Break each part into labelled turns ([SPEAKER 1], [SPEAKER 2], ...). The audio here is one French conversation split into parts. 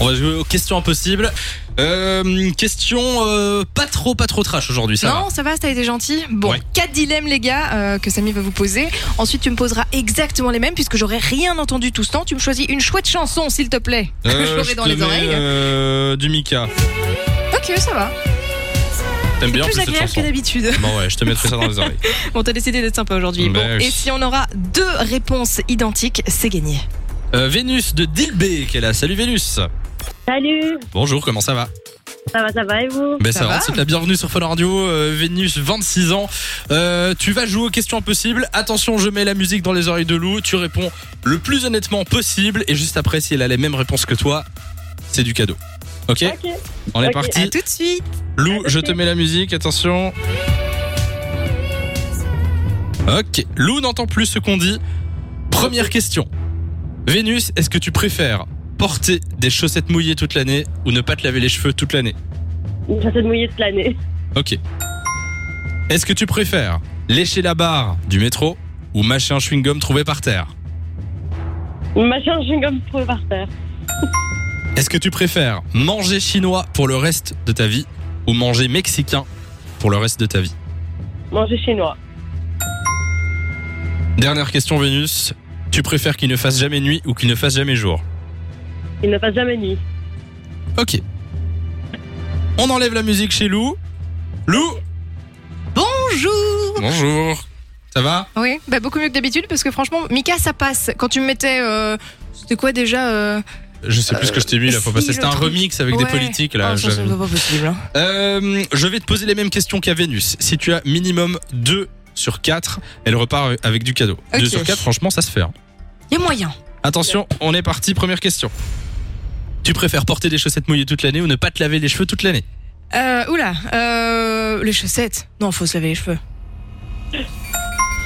[SPEAKER 1] On va jouer aux questions impossibles. Euh, question euh, pas trop, pas trop trash aujourd'hui, ça va
[SPEAKER 2] non, ça va, ça a été gentil. Bon,
[SPEAKER 1] Ouais.
[SPEAKER 2] quatre dilemmes, les gars, euh, que Samy va vous poser. Ensuite, tu me poseras exactement les mêmes, puisque j'aurais rien entendu tout ce temps. Tu me choisis une chouette chanson, s'il te plaît, que
[SPEAKER 1] Euh,
[SPEAKER 2] j'aurai
[SPEAKER 1] je
[SPEAKER 2] dans
[SPEAKER 1] te
[SPEAKER 2] les
[SPEAKER 1] mets,
[SPEAKER 2] oreilles.
[SPEAKER 1] euh, du Mika.
[SPEAKER 2] Ok, ça va.
[SPEAKER 1] T'aimes bien en
[SPEAKER 2] Plus
[SPEAKER 1] plus cette
[SPEAKER 2] agréable que
[SPEAKER 1] chanson
[SPEAKER 2] d'habitude.
[SPEAKER 1] Bon ouais, je te mettrai ça dans les oreilles.
[SPEAKER 2] Bon, t'as décidé d'être sympa aujourd'hui.
[SPEAKER 1] Ben
[SPEAKER 2] Bon,
[SPEAKER 1] oui.
[SPEAKER 2] et si on aura deux réponses identiques, c'est gagné.
[SPEAKER 1] Euh, Vénus de Dilbé qui est là. Salut Vénus.
[SPEAKER 3] Salut,
[SPEAKER 1] Bonjour, comment ça va
[SPEAKER 3] ça va, ça va et vous
[SPEAKER 1] Ben ça,
[SPEAKER 2] Ça
[SPEAKER 1] va,
[SPEAKER 2] va
[SPEAKER 1] c'est la bienvenue sur Fun Radio. euh, Vénus, 26 ans. Euh, tu vas jouer aux questions impossibles. Attention, je mets la musique dans les oreilles de Lou. Tu réponds le plus honnêtement possible. Et juste après, si elle a les mêmes réponses que toi, c'est du cadeau. Ok
[SPEAKER 3] Ok.
[SPEAKER 1] On est
[SPEAKER 3] Ok.
[SPEAKER 2] À
[SPEAKER 1] parti.
[SPEAKER 2] tout de suite.
[SPEAKER 1] Lou, je te mets la musique. Attention. Ok. Lou n'entend plus ce qu'on dit. Première question. Vénus, est-ce que tu préfères porter des chaussettes mouillées toute l'année ou ne pas te laver les cheveux toute l'année
[SPEAKER 3] Une chassette mouillée toute l'année.
[SPEAKER 1] Ok. Est-ce que tu préfères lécher la barre du métro ou mâcher un chewing-gum trouvé par terre
[SPEAKER 3] Machin chewing-gum trouvé par terre.
[SPEAKER 1] Est-ce que tu préfères manger chinois pour le reste de ta vie ou manger mexicain pour le reste de ta vie
[SPEAKER 3] Manger chinois.
[SPEAKER 1] Dernière question Vénus, tu préfères qu'il ne fasse jamais nuit ou qu'il ne fasse jamais jour
[SPEAKER 3] Il ne passe jamais nuit.
[SPEAKER 1] Ok. On enlève la musique chez Lou. Lou
[SPEAKER 2] Bonjour.
[SPEAKER 1] Bonjour. Ça va
[SPEAKER 2] Oui, bah beaucoup mieux que d'habitude, parce que franchement, Mika, ça passe. Quand tu me mettais. euh, C'était quoi déjà euh,
[SPEAKER 1] Je sais plus ce que je t'ai mis là, faut
[SPEAKER 2] si,
[SPEAKER 1] passer. C'était
[SPEAKER 2] le
[SPEAKER 1] un
[SPEAKER 2] truc.
[SPEAKER 1] remix avec des
[SPEAKER 2] Ouais.
[SPEAKER 1] politiques là.
[SPEAKER 2] Ah, ça,
[SPEAKER 1] j'avais-
[SPEAKER 2] c'est pas possible. hein.
[SPEAKER 1] Euh, je vais te poser les mêmes questions qu'à Vénus. Si tu as minimum 2 sur 4, elle repart avec du cadeau.
[SPEAKER 2] Ok.
[SPEAKER 1] 2 sur 4, franchement, ça se fait. hein.
[SPEAKER 2] Y a moyen.
[SPEAKER 1] Attention, on est parti, première question. Tu préfères porter des chaussettes mouillées toute l'année ou ne pas te laver les cheveux toute l'année
[SPEAKER 2] Euh, oula, euh, les chaussettes. Non, faut se laver les cheveux.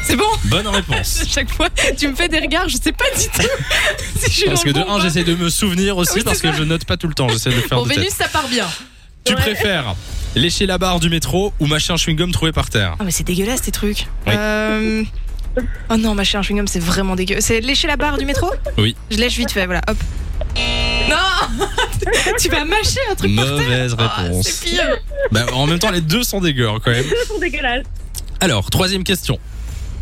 [SPEAKER 2] C'est bon
[SPEAKER 1] Bonne réponse.
[SPEAKER 2] À chaque fois, tu me fais des regards, je sais pas du tout si je suis
[SPEAKER 1] Parce
[SPEAKER 2] dans
[SPEAKER 1] que
[SPEAKER 2] le
[SPEAKER 1] de
[SPEAKER 2] bon ou
[SPEAKER 1] 1,
[SPEAKER 2] pas.
[SPEAKER 1] j'essaie de me souvenir aussi
[SPEAKER 2] Oui, c'est
[SPEAKER 1] parce que
[SPEAKER 2] ça.
[SPEAKER 1] je note pas tout le temps, j'essaie de le faire
[SPEAKER 2] Bon,
[SPEAKER 1] de tête.
[SPEAKER 2] Vénus, ça part bien.
[SPEAKER 1] Tu
[SPEAKER 3] Ouais.
[SPEAKER 1] préfères lécher la barre du métro ou mâcher un chewing-gum trouvé par terre
[SPEAKER 2] Ah, mais c'est dégueulasse, tes trucs.
[SPEAKER 1] Oui.
[SPEAKER 2] Euh... Oh non, ma chère, un chewing-gum, c'est vraiment dégueu. C'est lécher la barre du métro
[SPEAKER 1] Oui.
[SPEAKER 2] Je lèche vite fait, voilà, hop. Non Tu vas mâcher un truc par terre
[SPEAKER 1] Mauvaise
[SPEAKER 2] Ah,
[SPEAKER 1] réponse.
[SPEAKER 2] C'est pire.
[SPEAKER 1] Bah, en même temps, les deux sont dégueux hein, quand même.
[SPEAKER 3] Ils sont dégueulasses.
[SPEAKER 1] Alors, troisième question.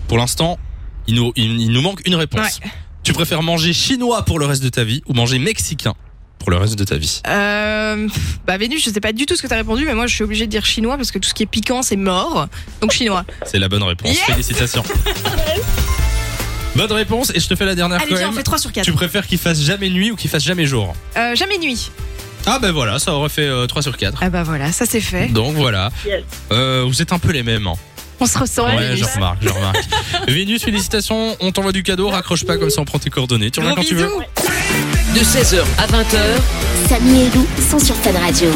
[SPEAKER 1] Pour l'instant, il nous, il, il nous manque une réponse. Tu préfères manger chinois pour le reste de ta vie ou manger mexicain pour le reste de ta vie
[SPEAKER 2] Euh, pff, bah Vénus, je sais pas du tout ce que t'as répondu, mais moi je suis obligée de dire chinois parce que tout ce qui est piquant c'est mort. Donc chinois.
[SPEAKER 1] C'est la bonne réponse.
[SPEAKER 2] Yes
[SPEAKER 1] Félicitations. bonne réponse et je te fais la dernière
[SPEAKER 2] Allez,
[SPEAKER 1] quand
[SPEAKER 2] viens, on
[SPEAKER 1] même.
[SPEAKER 2] fait 3 sur 4.
[SPEAKER 1] Tu préfères qu'il fasse jamais nuit ou qu'il fasse jamais jour
[SPEAKER 2] Euh, jamais nuit.
[SPEAKER 1] Ah ben voilà, ça aurait fait euh, 3 sur 4.
[SPEAKER 2] Ah bah voilà, ça c'est fait.
[SPEAKER 1] Donc voilà,
[SPEAKER 3] Yes.
[SPEAKER 1] Euh, vous êtes un peu les mêmes. hein.
[SPEAKER 2] On se ressent
[SPEAKER 1] Ouais,
[SPEAKER 2] Vénus.
[SPEAKER 1] je remarque, je remarque. Vénus, félicitations, on t'envoie du cadeau, raccroche pas comme ça on prend tes coordonnées. Tu reviens
[SPEAKER 2] Gros
[SPEAKER 1] quand tu veux.
[SPEAKER 2] bisous.
[SPEAKER 4] De 16h à 20h,
[SPEAKER 5] Samy et Lou sont sur Fan Radio.